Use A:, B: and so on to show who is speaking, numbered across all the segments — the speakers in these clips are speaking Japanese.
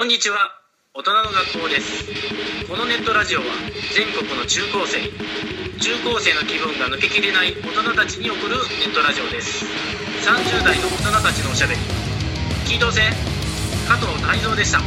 A: こんにちは大人の学校ですこのネットラジオは全国の中高生中高生の気分が抜けきれない大人たちに送るネットラジオです30代の大人たちのおしゃべり聞いとおせ加藤泰造でした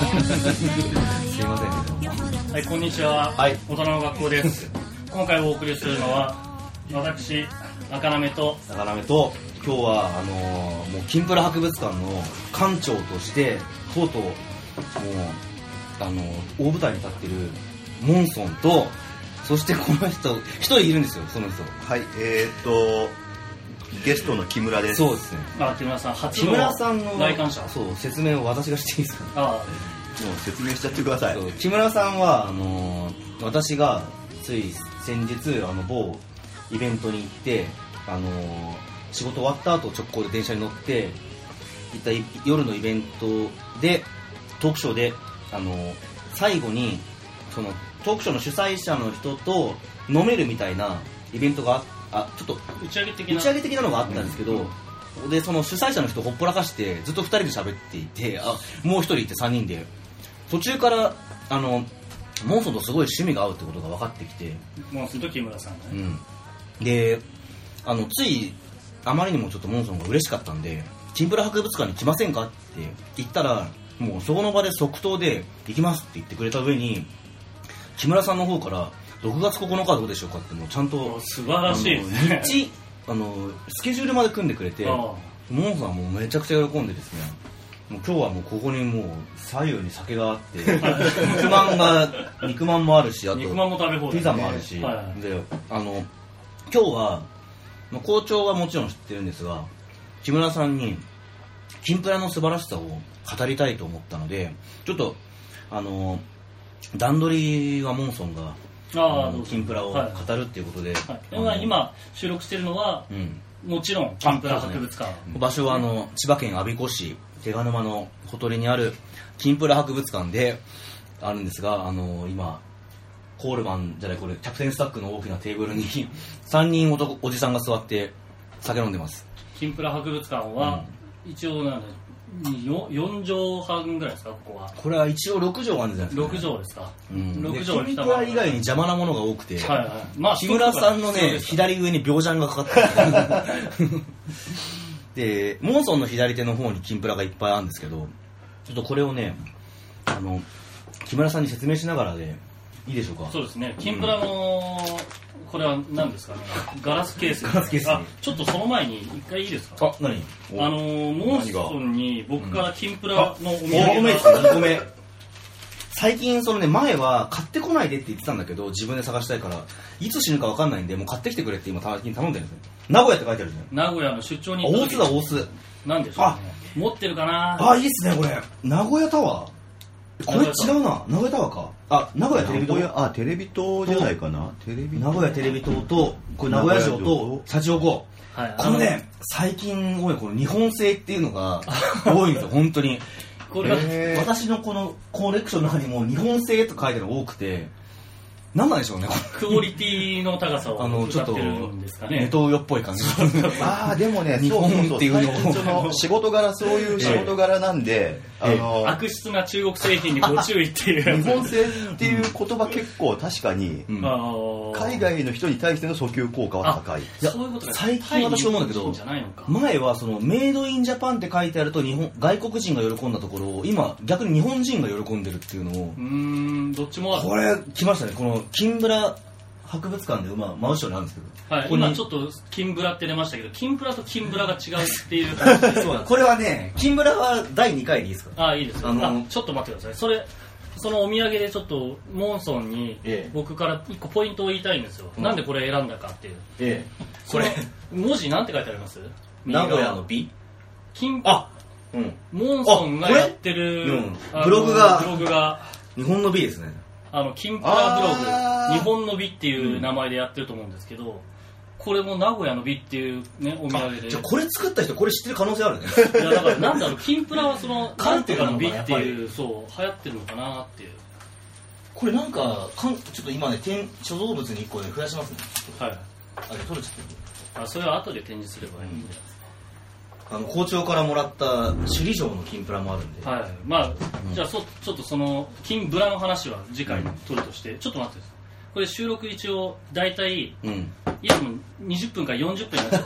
B: すいません。
C: はい、こんにちは。
B: はい
C: 大人の学校です。 今回お送りするのは、私、中なめと、
B: 中なめと、今日は、あのーもう、金プラ博物館の館長として、とうとう、もう、あのー大舞台に立ってる、モンソンと、そしてこの人、一人いるんですよ、その人。
D: はい、えー、っと、ゲストの木村です。
B: そうですね。
C: まあ、木村さん、初
B: 木
C: の
B: 村さんの、
C: 来館者。
B: そう、説明を私がしていいですか
C: あ
D: もう説明しちゃってください。
B: そう木村さんはあのー私がつい先日あの某イベントに行って、あのー仕事終わった後直行で電車に乗って行ったい夜のイベントでトークショーで、あのー最後にそのトークショーの主催者の人と飲めるみたいなイベントがああちょっと
C: 打ち上げ的な。
B: 打ち上げ的なのがあったんですけど、でその主催者の人ほっぽらかしてずっと2人で喋っていてあもう1人いて3人で途中からあのモンソンとすごい趣味が合うってことが分かってきて、
C: もうその時木村さんが
B: う
C: ね。
B: ん、であのついあまりにもちょっとモンソンが嬉しかったんで「キンプラ博物館に来ませんか?」って言ったらもうそこの場で即答で「行きます」って言ってくれた上に木村さんの方から「6月9日はどうでしょうか?」ってもうちゃんと
C: 素晴らしいですね。
B: 一あのスケジュールまで組んでくれて
C: あ
B: モンさんもうめちゃくちゃ喜んでですねもう今日はもうここにもう左右に酒があって 肉まんが肉まんもあるしあ
C: あ肉まん
B: と
C: も食べ放題。
B: ピザもあるし、
C: はい
B: であの今日は、まあ、校長はもちろん知ってるんですが木村さんに金プラの素晴らしさを語りたいと思ったのでちょっとあの段取りはモンソンが
C: あ
B: あ
C: あ、ど
B: の
C: うぞ
B: 金プラを
C: はい
B: 語るっていうことで、
C: はい
B: あの
C: 今、今収録してるのは、
B: うん、
C: もちろん、金プラ博物館。
B: 場所はあの千葉県我孫子市手賀沼のほとりにある金プラ博物館であるんですがあの今コールマンじゃないこれキャプテンスタックの大きなテーブルに 3人男おじさんが座って酒飲んでます
C: 金プラ博物館は、一応なんで、よ4畳半ぐらいですか、ここは。
B: これは一応6畳あるんじゃないです
C: 6
B: か、ね、
C: 畳ですか。
B: うん、
C: 六
B: で
C: 畳
B: 金プラ以外に邪魔なものが多くて、
C: はいはい。まあ、
B: 木村さんの
C: そう
B: ね
C: ですか
B: 左上に病ジャンがかかってる でモンソンの左手の方に金プラがいっぱいあるんですけどちょっとこれをねあの木村さんに説明しながらでいいでしょうか
C: そうですね、金プラの、これは何ですかね、ガラスケース。
B: ガラスケース
C: あ、ちょっとその前に、一回いいですか
B: あ何
C: あのー、モンストンに僕から金プラのお土産
B: 2個目
C: が
B: です2個目最近そのね前は買ってこないでって言ってたんだけど自分で探したいからいつ死ぬか分かんないんでもう買ってきてくれって今たまに頼んでるんですね名古屋って書いてあるじゃん
C: 名古屋の出張に
B: あ
C: 行
B: 大
C: った時
B: 津だ大津
C: なんでしょうね。持ってるかな
B: あ、いいっすね、これ。名古屋タワーこれ違うな。名古屋タワーか。あ、名古屋テレビ
D: 名
B: 塔
D: 古。屋あ、テレビ塔じゃないかな。テレビ
B: 名古屋テレビ塔と、これ名古屋城と、社長号。
C: はい、
B: このね、最近多い、この日本製っていうのが多いんですよ、本当に。
C: あの、これは、
D: へー
B: 私のこのコレクションの中にも日本製と書いてるのが多くて、なんなんでしょうね、これ
C: クオリティの高さを
B: あの、ちょ
C: 歌
B: っ
C: って
B: と、
C: るんですか
B: ネ
C: ね。
B: トウヨっぽい感じ。
D: ああ、でもね、
B: 日本
D: そうそうそう
B: っていうのを
D: 最近その仕事柄、そういう仕事柄なんで、
B: ええ
D: あの、
C: 悪質な中国製品にご注意っていう
D: 日
C: やつ。
D: 本製っていう言葉結構確かに、
B: うん
C: あのー
D: 海外の人に対しての訴求効果は高い。
B: いや
C: そういうことか
B: 最近私思うんだけど
C: タイに日本人じゃないのか。
B: 前はそのメイドインジャパンって書いてあると日本外国人が喜んだところを今逆に日本人が喜んでるっていうのを
C: うーん、どっちもある
B: これ来ましたねこの金村博物館で今真後ろにあるんですけど、
C: はい、
B: ここに
C: 今ちょっと金ブラって出ましたけど、金ブラと金ブラが違うっていう
B: そうだこれはね金村は第2回でいいですか
C: ああ、いいですよ
B: あの
C: あちょっと待ってください。それ、そのお土産でちょっと、モンソンに
B: ええ
C: 僕から一個ポイントを言いたいんですよ。
B: うん
C: なんでこれ選んだかっていう。
B: え
C: これ、文字なんて書いてあります
B: 名古屋の。美
C: 金、
B: あうん
C: モンソンがやって
B: あ
C: る
B: こ、れ
C: あの
B: ブログが
C: ブログが、
B: 日本の美ですね
C: あの、金プラブログ、
D: あー
C: 日本の美っていう名前でやってると思うんですけど、これも名古屋の美っていうねお土
B: あ
C: 産で
B: じゃあこれ作った人これ知ってる可能性あるね
C: いやだからなんだろうきんぷらはその
E: 関
C: 関
E: 東
C: 東
E: な
C: の
E: のか
C: 美
E: な
C: っていうそう流行ってるのかなっていう
E: これなんかかんちょっと今ね天貯蔵物に1個で増やしますね
C: はい
E: あれ取れちゃってる
C: あそれは後で展示すればいいんじゃないです
E: あの校長からもらった首里城の金プラもあるんで、
C: かはいまあ、じゃあそちょっとその金ブラの話は次回に取るとして、ちょっと待ってくださいこれ収録一応大体
B: うん
C: いつも20分から40分になっちゃ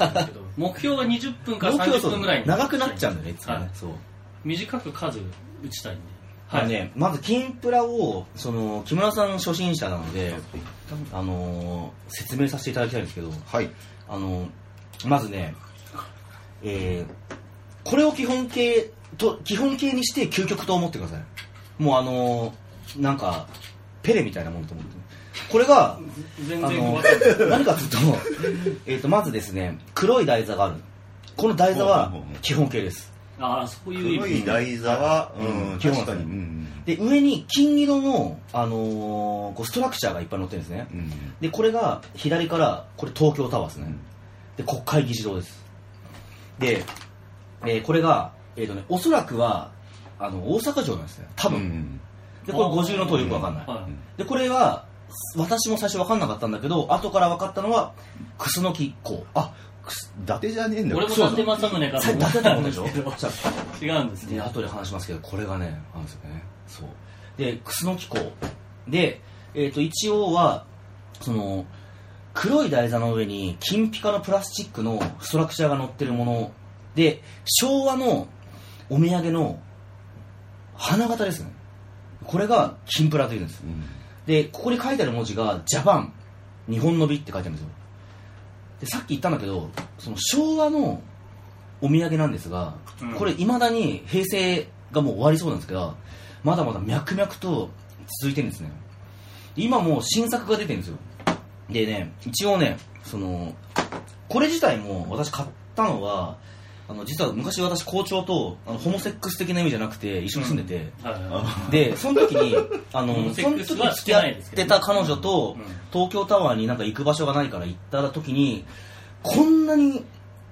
C: うんですけ ど目標は20分から
B: 東京
C: 30
B: はそ
C: 分
B: う
C: ぐらいに
B: 長くなっちゃうんだよねいつも
C: は
B: ね
C: い
B: そう
C: 短く数打ちたいんで
B: あ
C: は
B: の
C: い、
B: ね、まず、キンプラを、その、木村さん初心者なので、あのー説明させていただきたいんですけど、
D: はい
B: あのーまずね、えーこれを基本形と、基本形にして究極と思ってください。もうあのーなんか、ペレみたいなものと思って。これが、
C: 全
B: あ
C: 然
B: の
C: 困ってない
B: 何かというと、えっと、まずですね、黒い台座がある。この台座は
D: ほうほうほう
B: 基本形です。
C: ああそういう意
D: 黒
C: 味
D: い台座は、うん
B: うん
D: 確かに、
B: 基本
D: うん
B: で、上に金色の、あのーこうストラクチャーがいっぱい載ってるんですね。
D: うん
B: でこれが左からこれ東京タワーですね、で国会議事堂ですで、えーこれが、えーとね、おそらくはあの大阪城なんですね多
D: う
B: 分、
D: ん
B: でこれ50の通りよくわかんない、
C: はい
B: でこれは私も最初わかんなかったんだけど後から分かったのは楠木公あ
D: くす伊達じゃねえんだ
C: 俺
D: よ
C: も伊達政宗かと
B: さっき出
C: 思
B: せ
C: った
B: た
C: ん
B: も
C: で
B: ですし
C: け
B: ょ
C: ど違うんです
B: で
C: ね
B: 後で話しますけどこれがねあるんですよねそうで楠木港で、えー、と一応はその黒い台座の上に金ピカのプラスチックのストラクチャーが載ってるもので昭和のお土産の花形ですねこれが金プラというんです
D: うん
B: でここに書いてある文字が「ジャパン日本の美」って書いてあるんですよでさっき言ったんだけどその昭和のお土産なんですが、
C: うん
B: これいまだに平成がもう終わりそうなんですけどまだまだ脈々と続いてるんですねで今もう新作が出てるんですよでね一応ねそのこれ自体も私買ったのはあの実は昔私校長とあのホモセックス的な意味じゃなくて一緒に住んでて、
C: はい
B: でその時 にあ
C: ホモ
B: の
C: セ
B: そ
C: ッ
B: の
C: クス
B: 時
C: はし
B: 付
C: て
B: き合
C: ないで
B: っ
C: すけど
B: てた彼女と
C: うん
B: 東京タワーになんか行く場所がないから行った時にこんなに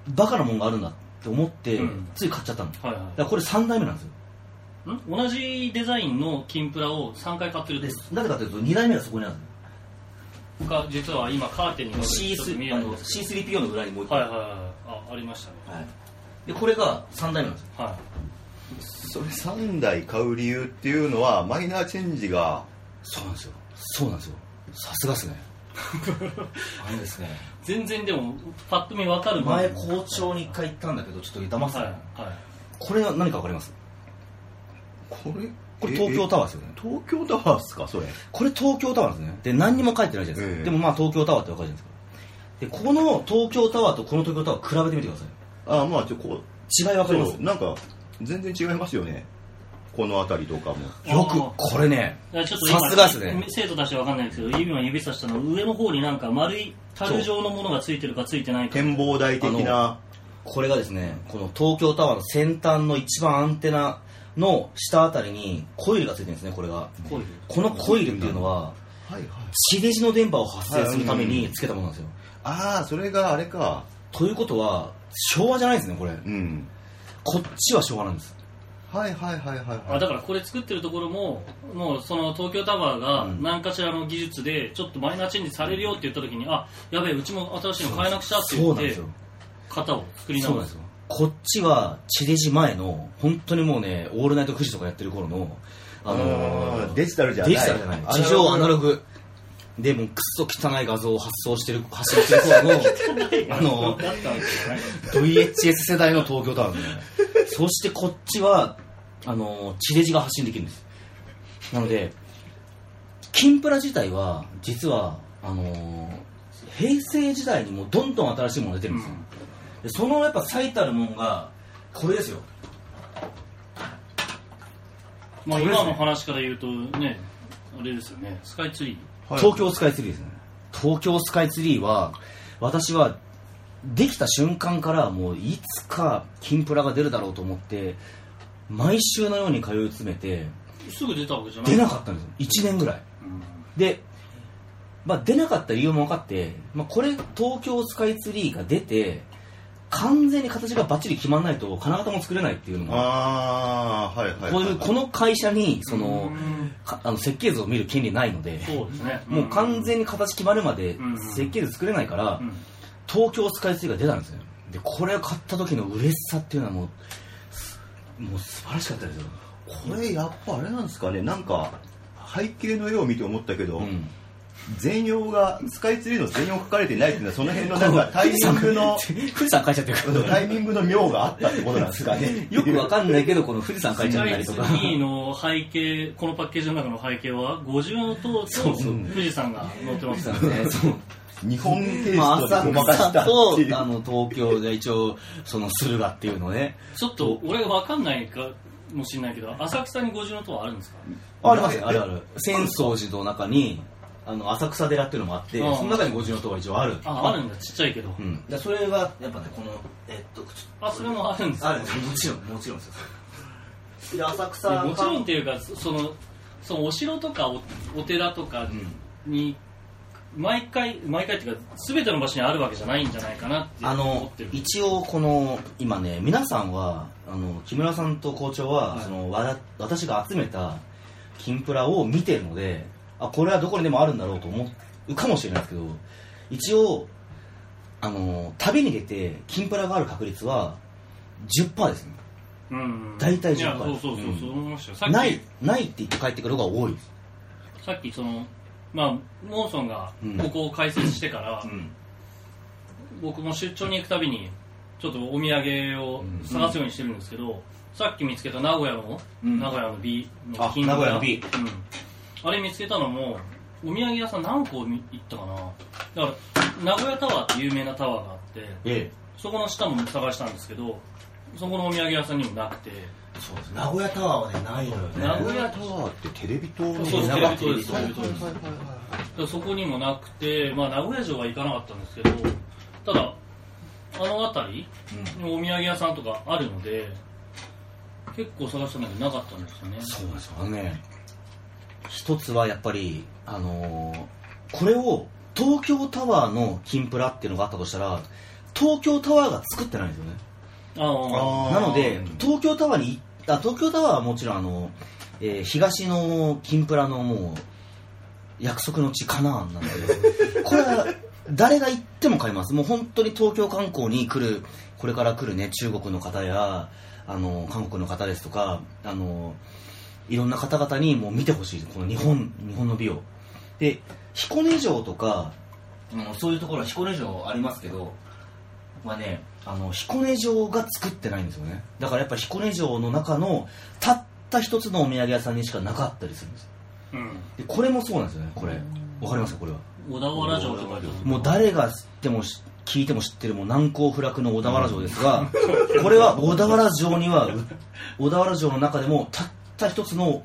B: バカなもんがあるんだって思って、
C: うん
B: つい買っちゃったのだか
C: はいはい
B: らこれ3代目なんですよ
C: ん同じデザインの金プラを3回買ってるって
B: で
C: こ
B: なぜかというと2代目はそこにあるの
C: とか実は今カーテンに乗せてちょっと見
B: C3-
C: える
B: あ
C: ん
B: の
C: です
B: C3PO の裏にもう一
C: けど
B: 個、
C: はい
B: は
C: はいはいあありましたね
B: い、でこれが3代目なんですよ
C: は
D: それ3台買う理由っていうのはマイナーチェンジが
B: そうなんですよそうなんですよさすがっ すねあれですね
C: い全然でもパッと見わかるもん
B: 前校長に1回行ったんだけどちょっと騙さ
C: はい
B: れた、
C: はい
B: これは何か分かります
D: これ
B: これ東京タワーですよね
D: ええ東京タワーっすかそれ
B: これ東京タワーですねで何にも書いてないじゃないですか、
D: ええ
B: でもまあ東京タワーってわかるじゃないですかでこの東京タワーとこの東京タワー比べてみてくださ
D: ああまあちょこう
B: い違いわかります
D: そうなんか全然違いますよねこの辺りとかも
B: よく
C: あー
B: これね
C: いやちょっと
B: さすがっすね
C: 生徒たちはわかんないですけど指は指さしたの上の方になんか丸い樽状のものがついてるかついてないか
D: 展望台的な
B: これがですねこの東京タワーの先端の一番アンテナの下あたりにコイルがついてるんですねこれが
C: こういう
B: このコイルっていうのは
D: はいはい
B: 地デジの電波を発生するためにつけたものなんですよ
D: ああそれがあれか
B: ということは昭和じゃないですねこれ
D: うん
B: こっちは昭和なんです
D: はいはいはいはいはい
C: あだからこれ作ってるところももうその東京タワーが何かしらの技術でちょっとマイナーチェンジされるよって言った時に、あやべえうちも新しいの変えなくちゃって
B: そ
C: 言
B: う
C: っ
B: なんで
C: て
B: すよ
C: 型を作り
B: そうな
C: 直
B: んですすよこっちは地デジ前の本当にもうね「オールナイト9時」とかやってる頃のあの
D: あ
B: ー
D: ーデジタルじゃない
B: デジタルじゃない地上アナログでもうクソ汚い画像を発送してる発信してる 頃のあの
C: だったわけじゃない
B: VHS 世代の東京タワーですねそしてこっちはあの地デジが発信できるんですなのでキンプラ自体は実はあの平成時代にもうどんどん新しいものが出てるんですよ、でそのやっぱ最たるもんがこれですよ
C: まあ今の話から言うとねあれですよねスカイツリ
D: はい
B: 東京スカイツリーですね東京スカイツリーは私はできた瞬間からもういつかキンプラが出るだろうと思って毎週のように通い詰めて
C: ーすぐ出たわけじゃない
B: 出なかったんですよ1年ぐらい
C: うん
B: でまあ、出なかった理由も分かって、まあ、これ東京スカイツリーが出て完全に形がバッチリ決まらないと金型も作れないっていうのが
D: ああはいはい
B: こう
D: はい
B: い
D: は
B: う
D: い
B: この会社にその
C: うん
B: かあの設計図を見る権利ないので
C: そうですね。
B: もう完全に形決まるまで
C: うん
B: 設計図作れないから
C: うん
B: 東京スカイツリーが出たんですよでこれを買った時の嬉しさっていうのはもうもう素晴らしかったですよ、
D: これやっぱあれなんですかねなんか背景の絵を見て思ったけど、
B: うん
D: 全容がスカイツリーの全容書かれてないっていうのはその辺のなんかタイミン グの
B: 富士山書いちゃってるから
D: タイミングの妙があったってことなんですか ね
B: よくわかんないけど、この富士山書い
C: ス
B: ちゃっ
C: カ
B: た
C: イ
B: りと
C: ツ
B: か。
C: リーの背景、このパッケージの中の背景は、五重の塔と富士山が載ってま
B: 富士
C: す。
B: 山ね、そう。
D: 日本テイ
B: まあ、
D: スト
B: 浅
D: でごまか
B: 草
D: したっていう
B: と、あの、東京で一応、その、駿河っていうのね。
C: ちょっと、俺わかんないかもしれないけど、浅草に五重の塔はあるんですか
B: ありますよあるある。浅草寺の中に、あの、浅草寺っていうのもあって、
C: うん
B: その中に五重塔が一応ある。
C: あ、あるんだ、ちっちゃいけど
B: う。ん。
E: らそれはやっぱねこのえっとちょ
C: あ、それもあるんです
E: あ
C: か
E: るもちろんもちろんですよで浅草
C: いや
E: が
C: もちろんっていうか、その、そのお城とかおお寺とかに、毎回、毎回っていうか、すべての場所にあるわけじゃないんじゃないかなって
B: あ
C: 思
B: の
C: ってる。
B: 一応この今ね皆さんはあの木村さんと校長は、
C: はい
B: そのわら私が集めたきんぷらを見てるのであこれはどこにでもあるんだろうと思うかもしれないですけど一応あの旅に出てきんぷらがある確率は10%ですね
C: うん
B: 大体
C: いや
B: 10%
C: そうそうそう、
B: うん
C: そう思いましたよ。さっき
B: ないないって言って帰ってくる方が多いです、
C: さっきその、まあ、モーソンが
B: うん
C: ここを開設してから、僕も出張に行くたびにちょっとお土産を探すようにしてるんですけど、さっき見つけた名古屋の、
E: うん
C: 名古屋の B の
B: あ
C: 金
B: 名古屋の B
C: うん、あれ見つけたのもお土産屋さん何個見行ったかなだから名古屋タワーって有名なタワーがあって
B: え
C: そこの下も探したんですけどそこのお土産屋さんにもなくて
B: そうです
E: 名古屋タワーはねないのよね
C: 名
D: 名
C: 古
D: 古
C: 屋
D: 屋
C: タ
D: タワーってテレビ塔
C: そう
D: の
C: そう
B: 名古屋テレビ塔
C: そうそうそうだからそこにもなくて、まあ、名古屋城は行かなかったんですけどただあの辺りにお土産屋さんとかあるので結構探したんだけどなかったんですよね
B: そうなんですよあのね一つはやっぱりあのーこれを東京タワーの金プラっていうのがあったとしたら東京タワーが作ってないんですよね
C: ああ
D: あー
B: なので東京タワーにあ東京タワーはもちろんあの、えー東の金プラのもう約束の地かななんでこれは誰が行っても買いますもう本当に東京観光に来るこれから来るね中国の方やあの韓国の方ですとかあのいろんな方々にもう見てほしいこの日本日本の美をで彦根城とかあのそういうところは彦根城ありますけどまあね、あの彦根城が作ってないんですよねだからやっぱ彦根城の中のたった一つのお土産屋さんにしかなかったりするんです
C: うん
B: でこれもそうなんですよねこれわかりますかこれは
C: 小田原城とか
B: もう誰が知ってもし聞いても知ってるもう難攻不落の小田原城です が、これは小田原城にはう小田原城の中でもたった一つの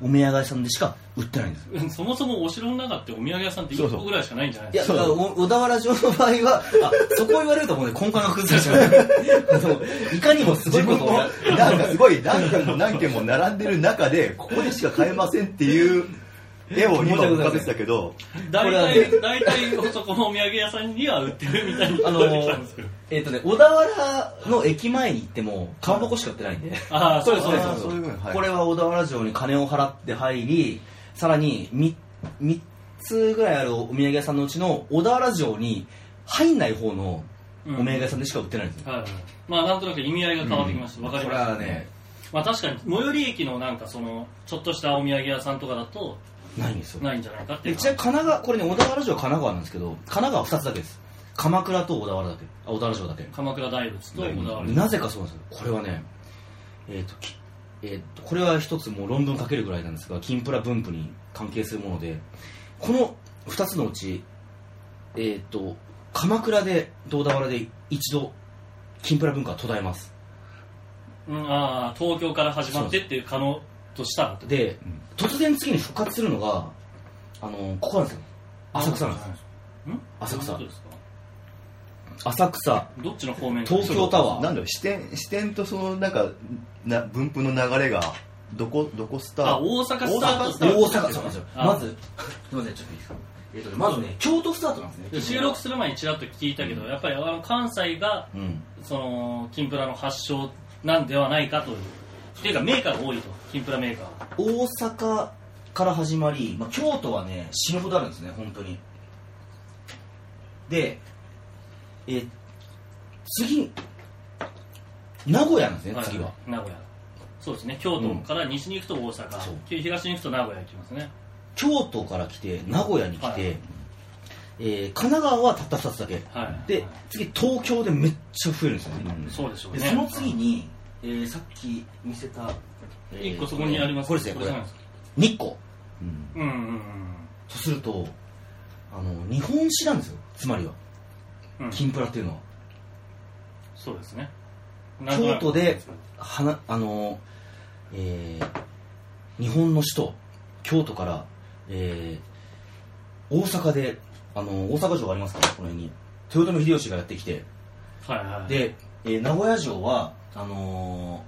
B: お土産屋さんでしか売ってないんです
C: うんそもそもお城の中ってお土産屋さんって1個ぐらいしかないんじゃない
B: い
C: で
B: や、
C: す
B: だからお小田原城の場合は、あ、そこを言われるともうね、根幹が崩れちゃ う。あの、いかにもすごい
D: 自
B: こ
D: 分
B: と
D: も
B: をや
D: なんかすごい何件も何件も並んでる中でここでしか買えませんっていう絵を今浮かべてたけど
C: か
B: こ
C: 大
B: れは
C: 体大体そこのお土産屋さんには売ってるみたいに
B: あの
C: 聞こえてきたんですけど
B: えっ、とね、小田原の駅前に行っても、顔箱しか売ってないんで。
C: ああそうです
B: そで
C: そううですす
B: そうです
D: そういうことはい
B: これは小田原城に金を払って入り、さらにみ三つぐらいあるお土産屋さんのうちの小田原城に入んない方のお土産屋さんでしか売ってないんですよ。
C: はいはいまあなんとなく意味合いが変わってきました、わかり
B: こ
C: ま
B: れ
C: した
B: はね、
C: まあ確かに最寄り駅のなんかそのちょっとしたお土産屋さんとかだと
B: ないんですよ。
C: ないんじゃないかってい
B: で
C: う
B: ちなみに神奈川これね小田原城は神奈川なんですけど神奈川は2つだけです鎌倉と小田原だけあ小田原城だけ
C: 鎌倉大仏と小田原
B: なぜかそうなんですよこれはねえっ、と,き、えーとこれは一つもう論文書けるぐらいなんですが金プラ分布に関係するものでこの2つのうちえっ、と鎌倉でと小田原で一度金プラ文化は途絶えます
C: うん、ああ東京から始まってっていう可能としたらって
B: で、突然次に復活するのがあのここなんですよ浅草なんです
C: ん
B: 浅草
C: どういうことですか
B: 浅草
C: どっちの方面
B: 東京タワー
D: なんだろう視点視点とそのなんかな分布の流れがどこどこスター
C: あ大阪スタート
D: 大阪
C: スタ
B: 大
C: ー
B: 阪
C: ト
B: そうなんですよ
C: あ
B: まず
E: すいませんちょっといいですかえっとね、まずね、京都スタートなんですね。
C: で収録する前にちらっと聞いたけど、やっぱりあの関西が
B: うん
C: その金プラの発祥なんではないかという。っていうかメーカーが多いと、金プラメーカーは。
B: 大阪から始まり、
E: まあ、京都はね、死ぬほどあるんですね、本当に。
B: で、えー次、名古屋なんですね、次は。
C: い名古屋。そうですね、京都から西に行くと大阪、
B: そう
C: 東に行くと名古屋行きますね。
B: 京都から来て、名古屋に来て、
C: はい
B: えー神奈川はたった2つだけ。
C: はい。
B: で、次、東京でめっちゃ増えるんですよね。
C: そうでしょう
E: で、
C: ね。
E: その次に、えーさっき見せた、えー
C: 一個そこにあります
B: これですねこれ
C: じゃないですか
B: 日光。
C: うんうんうん
B: とすると、あの、日本史なんですよ、つまりは。
C: うんうん。
B: 金プラっていうのは。
C: そうですね。
B: 京都で、はな、あの、えー日本の首都、京都から、えー大阪で、あの、大阪城がありますから、この辺に。豊臣秀吉がやってきて、
C: はいはい。
B: で、えー名古屋城は、あの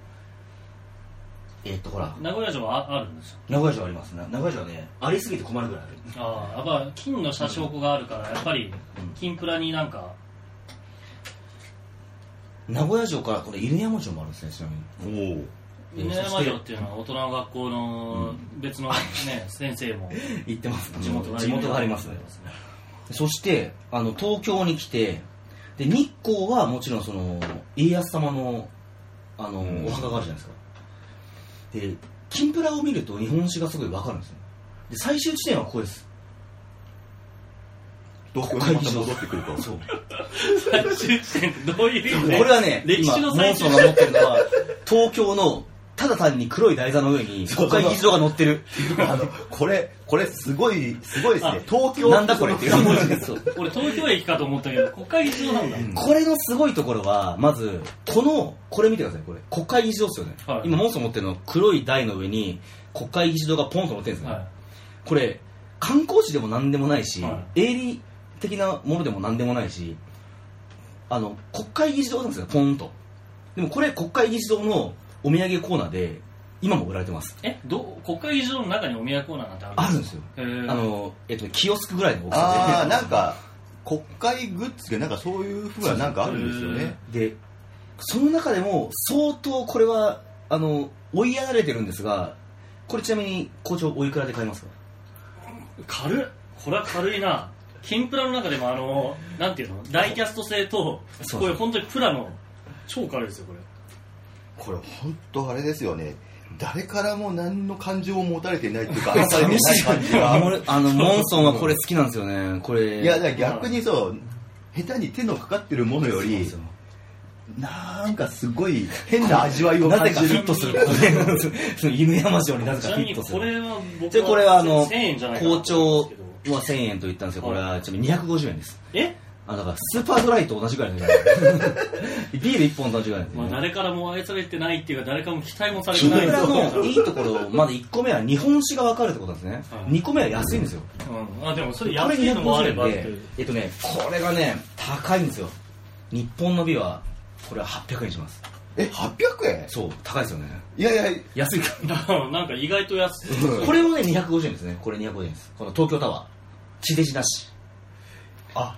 B: ーえーっと、ほら、
C: 名古屋城はああるんですよ。
B: 名古屋城ありますね。
E: 名古屋城はね、ありすぎて困るぐらいある。
C: ああ、やっぱ金の車掌庫があるから、やっぱり金プラになんか、
B: 名古屋城から、これ、犬山城もあるんですね、ちなみに。
D: おお
B: うん
C: 稲
B: そ
C: 山
B: して
C: 城っていうのは大人の学校の別のね、先生も
B: 行ってます。
C: 地元が
B: 地元があります。そして、あの、東京に来て、で、日光はもちろんその、家康様の、あの、
D: ん
B: お墓があるじゃないですか。で、金プラを見ると日本史がすごいわかるんですよ。で、最終地点はここです。
D: どこに
B: 会
D: ま
B: 議
D: た
B: 場
D: 戻ってくるか
B: そう。
C: 最終地点ってどういう意味で
B: これはね、
C: 歴史の最
B: 今
C: 終
B: モンストンが持ってるのは、東京の、ただ単に黒い台座の上に、
D: そう
B: 国会議事堂が載ってる。
D: あのこれこれすごいすごいですね東 京
B: なんだこれっていう
D: その
B: そう
C: 俺東京駅かと思ったけど、国会議事堂なんだ。
B: これのすごいところは、まず、この、これ見てください、これ。国会議事堂ですよね。
C: はい
B: 今、モンストン持ってるの黒い台の上に、国会議事堂がポンと乗ってるんですよね。
C: は
B: これ観光地でも何でもないし、
C: は
B: 営利的なものでも何でもないしあの国会議事堂なんですよポンとでもこれ国会議事堂のお土産コーナーで今も売られてます
C: い、えど国会議事堂の中にお宮コーナーなんて
B: あ
C: あ
B: るん
C: るんで
B: ですよ、
C: すへえ
B: あの、えっと、キオスクぐらいの大き
D: ああ
B: さ
D: なんか国会グッズがなんかそういうふうななんかあるんですよね
B: ででその中でも相当これはあの追いやられてるんですがこれちなみに校長おいくらで買いますか
C: 軽っこれは軽いな金プラの中でもあのなんていうのダイキャスト製と
B: そう
C: これ本当にプラの超軽いですよこれ
D: これ本当あれですよね誰からも何の感情を持たれていないっていうか
B: 寂しい
D: 愛されていない感じが
B: あのモンソンはこれ好きなんですよねこれ
D: いやだから逆にそう下手に手のかかってるものよりなんかすごい変な味わいを
B: なぜ
D: 感じ
B: か
D: る
B: フィットすることで、その犬山城になぜ
C: ち
B: か
C: な
B: フ
C: み
B: ィッ
C: に
B: トする。
C: これは僕
B: で、これはあの、
C: 1000円じゃないかな
B: 校長は1000円と言ったんですけど、これはちなみに250円です。
C: え、
B: あ、だからスーパードライと同じぐらいの値 段ビール1本と同じぐらい
C: ま
B: の
C: あ、
B: 値段。
C: 誰からも愛されてないっていうか誰からも期待もされて
B: 金
C: ない
B: プラのい
C: で
B: いところ、まだ1個目は日本史が分かるってことなんですね
C: は。い
B: 2個目は安いんですよ。
C: うん、あでもそ
B: こ
C: れ
B: れ
C: 安いのもあれば
B: 250
C: って
B: 円
C: いう
B: で、えっとね、これがね、高いんですよ。日本の美は、これは800円します。
D: え800円
B: そう、高いですよね。
D: いやいや
B: 安いから。
C: なんか意外と 安い
B: これもね、250円ですね。これ250円です。この東京タワー。地デジなし。
D: あ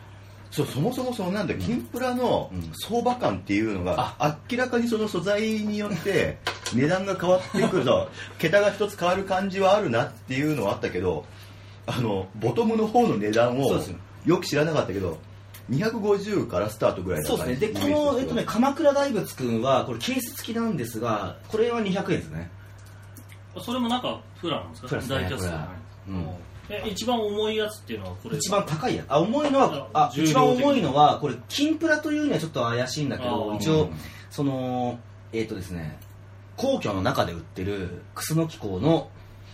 D: そうそもそもそのなんだ金プラの
B: うん
D: 相場感っていうのが、明らかにその素材によ って値段が変わってくると桁が一つ変わる感じはあるなっていうのはあったけどあのボトムの方の値段
B: そう
D: を
B: ですよ
D: よく知らなかったけど250からスタートぐらい
B: そ
D: の
B: う
D: 感
B: で
D: じ
B: すね。で、この、えっとね、鎌倉大仏くんは、これケース付きなんですが、これは200円ですね。
C: それもなんかプラなんですか
B: プラですね
C: ダイキャストじゃ
B: これは
C: ない、え一番重いやつっていうのはこれ
B: 一番高いや。あ、重いのは、あ、
C: 重量的
B: 一番重いのは、これ、金プラというにはちょっと怪しいんだけど
C: あ、ー
B: 一応、その、えっとですね、皇居の中で売ってる、楠木公の、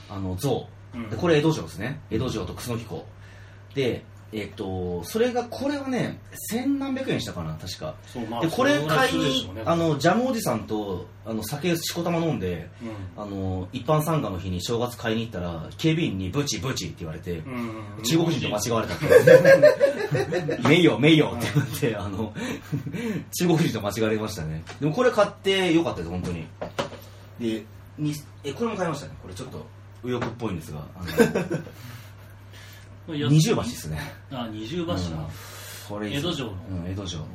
B: あの、像。
C: うん
B: でこれ江戸城ですね江戸城と楠木港でえっとそれがこれはね千何百円したかな確か
C: そうまあ
B: でこれ
C: そぐら
B: 買い
C: するでしょ
B: に
C: うね
B: あのジャムおじさんとあの酒しこたま飲んであの一般参加の日に正月買いに行ったら警備員にブチブチって言われて
C: うんうん
B: 中国人と間違われたって。名誉、名誉って言って、あの、中国人と間違われましたね。でもこれ買ってよかったです、本当に。で、にえこれも買いましたね。これちょっと右翼っぽいんですが。あの二重橋ですね。
C: あ二重橋な、
B: これ
C: 江戸城の
B: うん、江戸城。
D: あ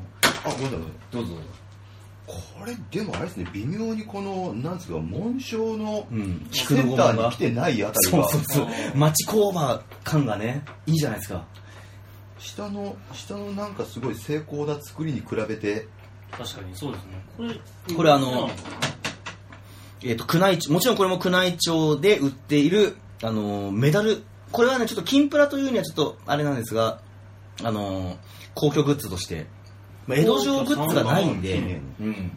D: ごめんなさい
B: どうぞ。
D: これでもあれですね微妙にこのなんですか紋章の
B: うん
D: センターに来てないあたり
B: そう
D: が
B: そうそう
C: あ。ー
B: 町工場感がね、いいじゃないですか。
D: 下の下のなんかすごい精巧な作りに比べて
C: 確かにそうですねこれ
B: これあのえっ、と、宮内庁、もちろんこれも宮内庁で売っている、あのーメダル。これはね、ちょっと金プラというにはちょっとあれなんですが、あのー公共グッズとして。まあ、江戸城グッズがないん
D: 公共
B: で、うん。
C: へー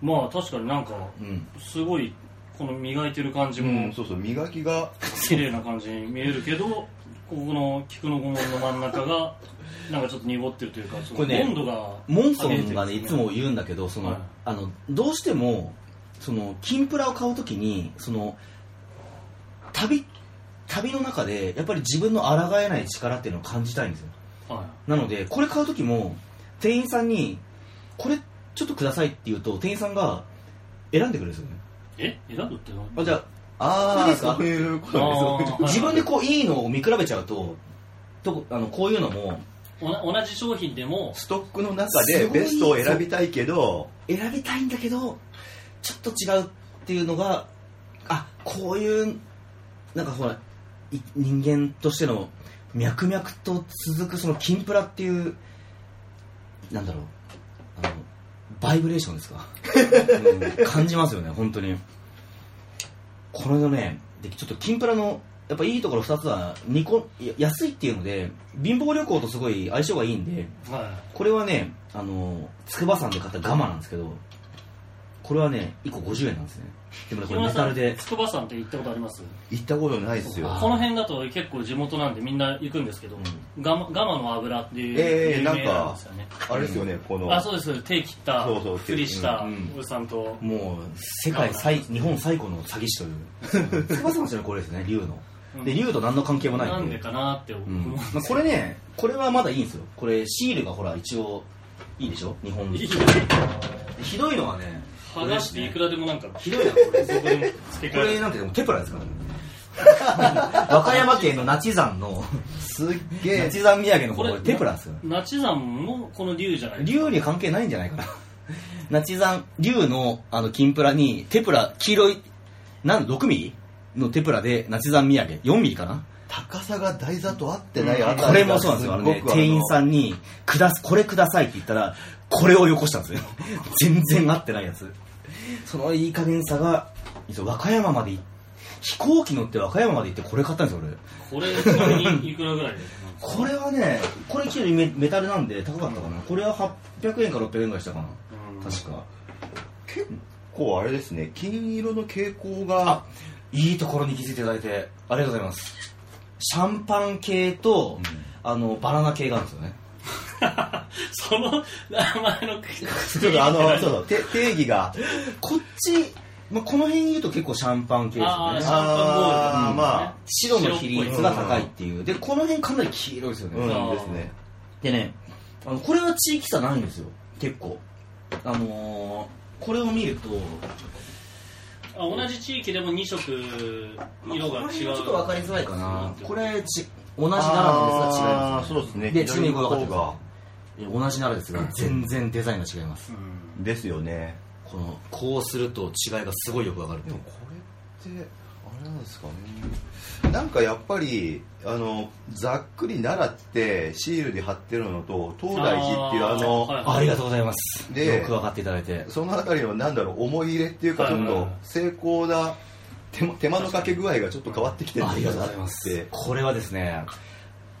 C: まあ確かになんか
B: うん。
C: すごいこの磨いてる感じ
D: う
C: も
D: んそうそう磨きが
C: 綺麗な感じに見えるけど、ここの菊の御門の真ん中が なんかちょっと濁ってるというかその
B: これね
C: 温度が
B: モンソンがね、
C: 上
B: い
C: げ
B: つ
C: てるん
B: も
C: ですね
B: 言うんだけど、その、
C: はい
B: あの、どうしても、その、金プラを買うときに、その、旅、旅の中で、やっぱり自分の抗えない力っていうのを感じたいんですよ。
C: は
B: なので、これ買うときも、店員さんに、これちょっとくださいって言うと、店員さんが選んでくれるんですよね。
C: い、え選ぶって何
B: あじゃ
D: あ
B: そうで
D: あ
B: すか
D: そういうことなんです
C: あ
B: あ、
C: ー
B: 自分でこう、いいのを見比べちゃうと、とこあのこういうのも、
C: おな同じ商品でも
D: ストックの中でベストを選びたいけど
B: 選びたいんだけど、ちょっと違うっていうのが、あ、こういう、なんかほら、い人間としての、脈々と続くその金プラっていう、なんだろう、あの、バイブレーションですか。うん感じますよね、本当に。これのね、でちょっと金プラの、やっぱいいところ2つは、二個、や安いっていうので、貧乏旅行とすごい相性がいいんで、
C: は
B: これはね、あの、筑波山で買ったガマなんですけど、これはね、1個50円なんですね。でも
C: い
B: ね、これメタルで、
C: 筑波山って行ったことあります
D: 行ったことないですよ
B: あー
C: この辺だと結構地元なんでみんな行くんですけど、ガマガマの油っていう
D: えー
C: 有名なんですよね、
D: あれですよねこの
C: あそうですそうです手切った
D: そうそう
C: ふりした
B: うん
C: おじさんと、
B: もう、世界最、日本最古の詐欺師と いう、筑波山市のこれですね、竜の。で、竜と何の関係もない
C: なんん
B: で
C: で。かなって思う、
B: うんまあこれね、これはまだいいんですよ。これ、シールがほら、一応、いいでしょ日本
C: いい
B: ひ
C: ね
B: どいのはね、
C: 剥がしていくらでもなんか
B: ひどいのはこれ
C: そこでも付け
B: こ
C: 替え
B: れなんてでもテプラですからね。 和歌山県の那智山の、
D: すっげ
B: 那
D: え
B: 智山土産の
C: こ
B: こ
C: れ
B: れテプラですよ。
C: 那智山もこの竜じゃない
B: 竜に関係ないんじゃないか な。ナチザン、竜のあの金プラに、テプラ、黄色い、なん、6ミリのテプラで、ナチザン土産、4ミリかな
D: 高さが台座と合ってないあ
B: こ
D: た
B: れ
D: り
B: も
D: が
B: そうなんですよ。あのね、
D: あの
B: 店員さんに、くだす、これくださいって言ったら、これをよこしたんですよ。 全然合ってないやつ。そのいい加減さが、いつも和歌山までい、飛行機乗って和歌山まで行ってこれ買ったんですよ、俺。
C: これちなみにいくらぐらいですか
B: これはね、これ一応メメタルなんで高かったかな。これは800円か600円ぐらいしたかな。確か。
D: 結構あれですね金色の傾向が
B: あいいところに気づいていただいてありがとうございますシャンパン系と、あのバナナ系があるんですよね
C: その名前の
D: ちょっとあのそうそうて定義が
B: こっち、まあ、この辺言うと結構シャンパン系ですよ
C: あー
B: ね
C: シャンパンボール
D: あーまあ
B: 白の比率が高いっていうでこの辺かなり黄色いですよね、
D: うんですね
B: でねあのこれは地域差ないんですよ結構あのーこれを見ると、
C: あ同じ地域でも2色
B: まあ
C: 色
B: この
C: が
B: 辺
C: 違う
B: はちょっと分かりづらいかなこれち同じ奈良ですが違い
D: あ
B: ま
D: ー
B: す、
D: そうですね
B: でちなみ
D: 左
B: にこれ分
D: の
B: かって
D: 方
B: くださ
D: が
B: いいや同じ奈良ですが全然デザインが違います
C: うん
D: ですよね
B: このこうすると違いがすごいよくわかる
D: でもこれってあれなんですかねなんかやっぱりあのざっくり奈良ってシールで貼ってるのと東大寺っていうあの
C: ーはい
B: ありがとうございます
D: で
B: よくわかっていただいて
D: その辺りのなんだろう思い入れっていうか
C: は
D: ち
C: い
D: ょ
C: はい
D: っと精巧な手間手間のかけ具合がちょっと変わってきてる
B: ありがとうございますこれはですね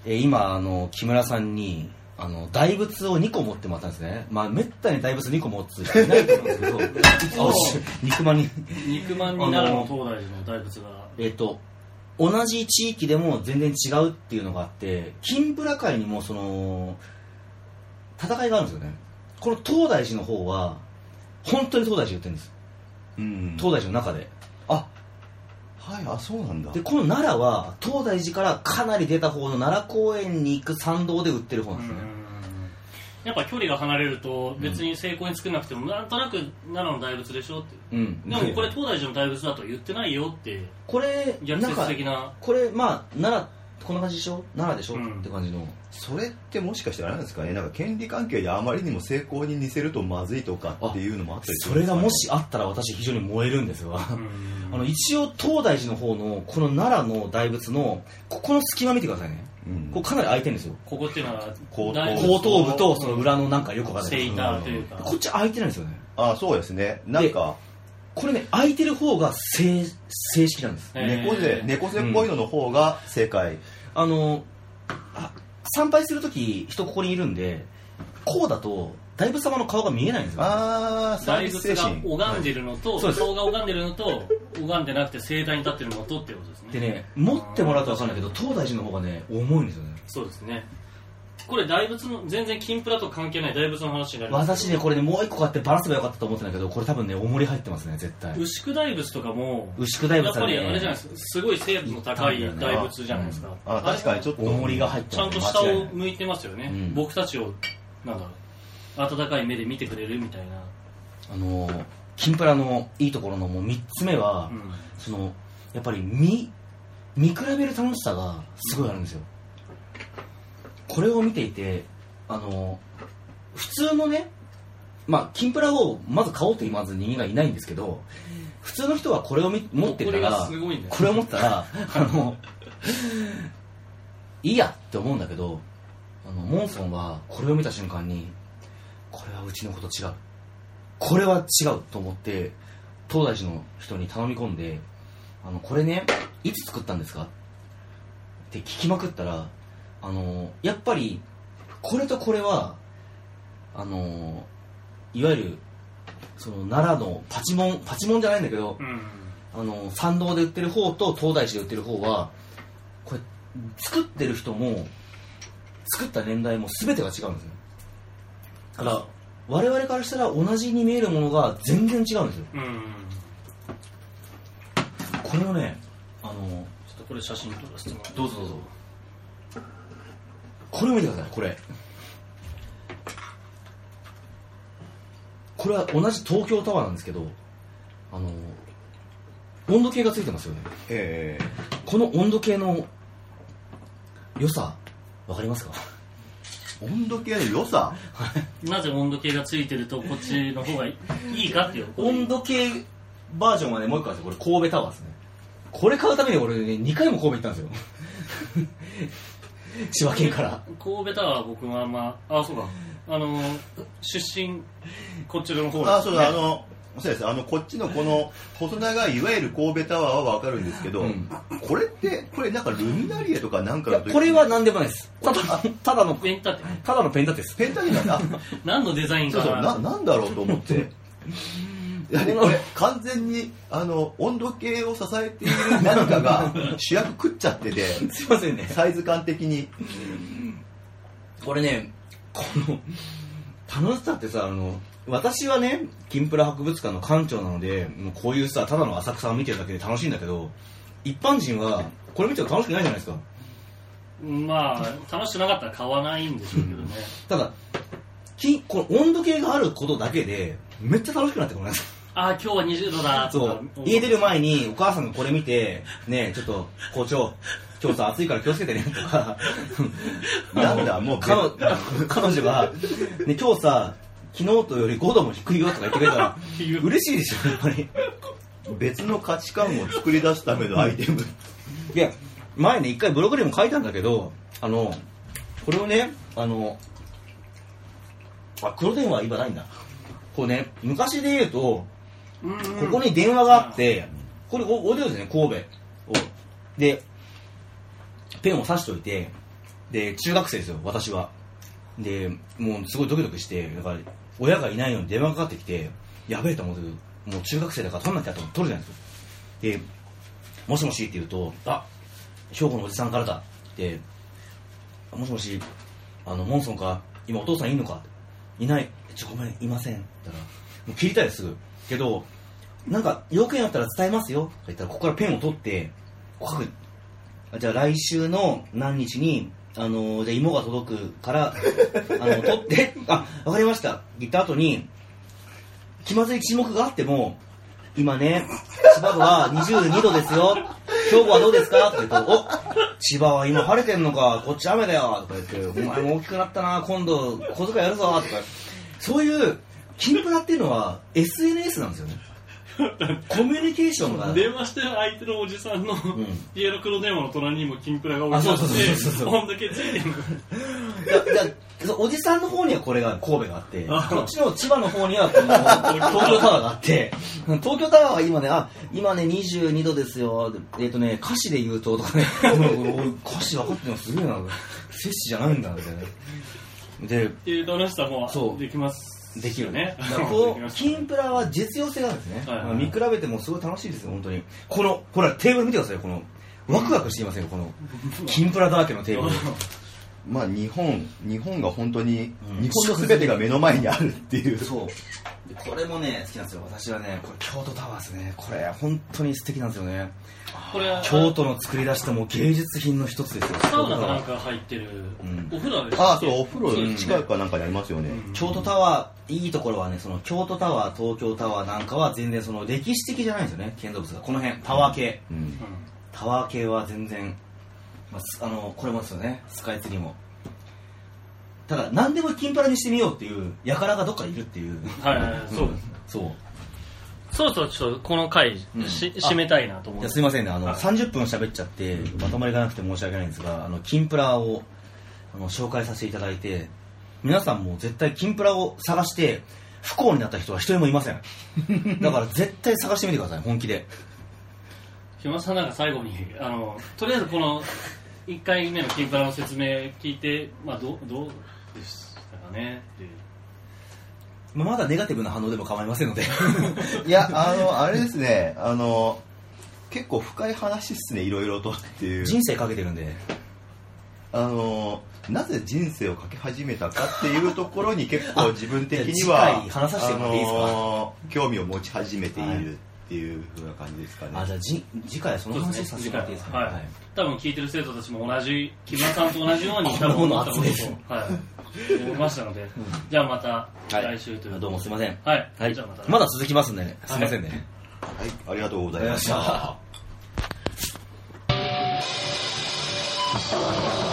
B: えー今あの木村さんにあの大仏を2個持ってもらったんですねまあめったに大仏2個持つ人いないと思うんですけど
C: お
B: あし肉まんに
C: 肉まんに奈良の東大寺の大仏が
B: えっ、と同じ地域でも全然違うっていうのがあって金プラ界にもその戦いがあるんですよねこの東大寺の方は本当に東大寺言ってるんです
D: うん
B: 東大寺の中で
D: あはいあそうなんだ
B: でこの奈良は東大寺からかなり出た方の奈良公園に行く参道で売ってる方なんですね、
C: うんやっぱ距離が離れると別に成功に作らなくても、なんとなく奈良の大仏でしょって
B: うん
C: でもこれ東大寺の大仏だとは言ってないよって
B: これ
C: 逆
B: なん
C: 説
B: か
C: 的な
B: これまあ奈良こんな感じでしょ奈良でしょ、
C: うん
B: って感じの
D: それってもしかしたらあれなんですかねなんか権利関係であまりにも成功に似せるとまずいとかっていうのもあったりす
B: そ
D: るん
B: れ
D: です
B: が
D: かね
B: もしあったら私非常に燃えるんです が、
C: うん
B: あの一応東大寺の方のこの奈良の大仏のここの隙間見てくださいね
D: うん
B: ここかなり空いてるんですよ
C: ここっていうのは
D: 後頭
C: 大
D: うん
C: 仏
B: 後頭部とその裏のなんかよくわかん
C: し
B: ない
C: ていたというか
B: こっち空いてないんですよね
D: あそうですねなんか
B: これね空いてる方が正正式なんです
C: えー
D: 猫背猫背っぽいのの方が正解、
B: あのあ参拝するとき人ここにいるんでこうだと大仏様の顔が見えないんですよ
D: ああサー
C: 大
D: ビス
C: 仏
D: 精
C: が
D: 神
C: 拝んでるのと、
B: そうです
C: 顔が拝んでるのと拝んでなくて盛大に立ってるのとっていうことですね
B: でね持ってもらうと分かんないけど東大寺の方がね重いんですよね
C: そうですねこれ大仏の全然金プラと関係ない大仏の話になります
B: 私ねこれねもう一個買ってバラせばよかったと思ってんだけどこれ多分ね重り入ってますね絶対
C: 牛久大仏とかも
B: 牛久大
C: やっ
B: 仏
C: ぱ
B: は
C: りあれじゃない
B: ね
C: ですかすごい精度の高い大仏じゃないですか、
D: あ確かにちょっと
B: 重りが入って
C: ちゃんと下を向いてますよね、
B: うん
C: 僕たちをなんだろう温かい目で見てくれるみたいな、
B: あのー金プラのいいところのもう3つ目は、
C: うん
B: そのやっぱり見見比べる楽しさがすごいあるんですよ、これを見ていてあの普通のねまあ金プラをまず買おうと言わず人間がいないんですけど普通の人はこれをみ持ってた
C: これが
B: ら
C: すごいんだよ
B: これを持ったらあのいいやって思うんだけどあのモンソンはこれを見た瞬間にこれはうちのこと違うこれは違うと思って東大寺の人に頼み込んであのこれねいつ作ったんですかって聞きまくったらあのやっぱりこれとこれはあのいわゆるその奈良のパチモンパチモンじゃないんだけど、
C: うん
B: あの参道で売ってる方と東大寺で売ってる方はこれ作ってる人も作った年代も全てが違うんですねだから我々からしたら同じに見えるものが全然違うんですよ
C: うん
B: これをねあの
C: ちょっとこれ写真撮らせてもらって
B: どうぞどうぞこれを見てくださいこれこれは同じ東京タワーなんですけどあの温度計がついてますよね
D: え
B: この温度計の良さわかりますか
D: え温度計の良さ
C: なぜ温度計がついてるとこっちの方がいいかっていう
B: 温度計バージョンはねもう一個あるんですよこれ神戸タワーですねこれ買うために俺ね2回も神戸行ったんですよ 千葉県から
C: 神戸タワーは僕はあんまあそうかあの出身こっちの方
D: あそうだあのそうですあのこっちのこの細長いいわゆる神戸タワーは分かるんですけど、
B: うん
D: これってこれなんかルミナリエとかなんか
B: い
D: の
B: や
D: 時
B: これは何でもないですただのただの
C: ペンタって
B: ただのペン立てです
D: ペンタギンなんだ
C: 何のデザイン
D: そ
C: か
D: うそうななんだろうと思ってだってこれ完全にあの温度計を支えている何かが主役食っちゃってて
B: すいませんね
D: サイズ感的に
B: これねこの楽しさってさあの私はね金プラ博物館の館長なのでもうこういうさただの浅草を見てるだけで楽しいんだけど一般人はこれ見ても楽しくないじゃないですか
C: まあ楽しくなかったら買わないんでしょう けどね
B: ただきこの温度計があることだけでめっちゃ楽しくなってこないです
C: あ今日は20度だと
B: そ
C: か
B: う家出る前にお母さんがこれ見てねえちょっと校長今日さ暑いから気をつけてねとか
D: なんだもう
B: 彼女彼女が、ね、今日さ昨日とより5度も低いよとか言ってくれた ら嬉しいでしょやっぱり
D: 別の価値観を作り出すためのアイテム
B: いや前ね一回ブログにも書いたんだけどあのこれをねあのあ黒電話は今ないんだこうね昔で言うと
C: うんうん
B: ここに電話があって、これおおでですね、神戸を。で、ペンを刺しておいて、で、中学生ですよ、私は。で、もうすごいドキドキして、だから、親がいないのに電話がかかってきて、やべえと思って、もう中学生だから取んなきゃと思って取るじゃないですか。で、もしもしって言うと、あ、兵庫のおじさんからだって、もしもし、あの、モンソンか今お父さんいんのかいない。ちょ、ごめん、いません。って言ったら、もう切りたいです、すぐ。けど、なんか、要件あったら伝えますよ。とか言ったら、ここからペンを取って、こう書く。あじゃあ来週の何日に、あのじゃあ芋が届くから、あの、取って、あ、わかりました。って言った後に、気まずい沈黙があっても、今ね、千葉は22度ですよ。兵庫はどうですかって言うと、お千葉は今晴れてんのか、こっち雨だよ。とか言って、お前も大きくなったな、今度小遣いやるぞ。とか、そういう、キンプラっていうのは SNS なんですよね。コミュニケーションが。
C: 電話してる相手のおじさんの、
B: ん
C: 家の黒電話の隣にもキンプラが置いてあ
B: あそうそうそう
C: っ
B: そ
C: て
B: う
C: こんだけついてる
B: だだそうおじさんの方にはこれが神戸があって
C: あ
B: こっちの千葉の方には この東京タワーがあって東京タワーは今ねあ今ね22度ですよでえっ、とね歌詞で言うととかねうん俺歌詞分かってるのすげえな摂氏じゃないんだみたいなで
C: っていう楽しさも
B: そう
C: できます
B: できる
C: ね
B: だからこ
C: でき
B: う
C: ます
B: キンプラは実用性があるんですね、
C: はいはいはい
B: 見比べてもすごい楽しいですよ本当にこのほらテーブル見てくださいよこのワクワクしていませんよこ のキンプラだらけのテーブル
D: まあ日本日本が本当に、
B: うん
D: 日本の全てが目の前にあるっていう
B: そうでこれもね好きなんですよ私はねこれ京都タワーですねこれ本当に素敵なんですよね
C: これ
B: 京都の作り出したもう芸術品の一つですよ
C: サウナかなんか入ってる、
B: ん
C: お風呂でした
D: ああ
C: っけ
D: そうお風呂
C: ですね
D: 近くかなんかにありますよね、
B: 京都タワーいいところはねその京都タワー東京タワーなんかは全然その歴史的じゃないんですよね建造物がこの辺タワー系、
D: うん
B: タワー系は全然、まあす、あのこれもですよねスカイツリーもただ何でも金パラにしてみようっていう輩がどっかいるっていう
C: はいはいはいそうです
B: そう
C: そろそろちょっとこの回し、
B: うん
C: 締めたいなと思っ
B: い
C: て
B: やすいませんねあの、
C: はい
B: 30分喋っちゃってまとまりがなくて申し訳ないんですがあのキンプラをあの紹介させていただいて皆さんも絶対キンプラを探して不幸になった人は一人もいませ んだから絶対探してみてください本気で
C: 木村さんなんか最後にあのとりあえずこの1回目の金プラの説明聞いて、まあ、どうどうでしたかねっていう
B: まあまだネガティブな反応でも構いませ んので
D: いやあのあれですねあの結構深い話っすねいろいろとっていう
B: 人生かけてるんで
D: あのなぜ人生をかけ始めたかっていうところに結構自分的に
B: 次
D: は
B: 回話させてもらっていいですか
D: あの興味を持ち始めているっていうふうな感じですかね、
B: あじゃあじ次回はその
C: そう
B: 話
C: です
B: さ
C: ね
B: せてもらっていいですか、
C: はい、多分聞いてる生徒たちも同じ木村さんと同じよう に
B: あ
C: 多分思ったこと
B: こんなもの集めて
C: をはい思いましたので、じゃあまた来週という、
B: どうもすいません
C: はい、
B: はい
C: じゃあまた
B: まだ続きますんでねすいませんね、
D: はい、ありがとうございました
B: ありがとうございました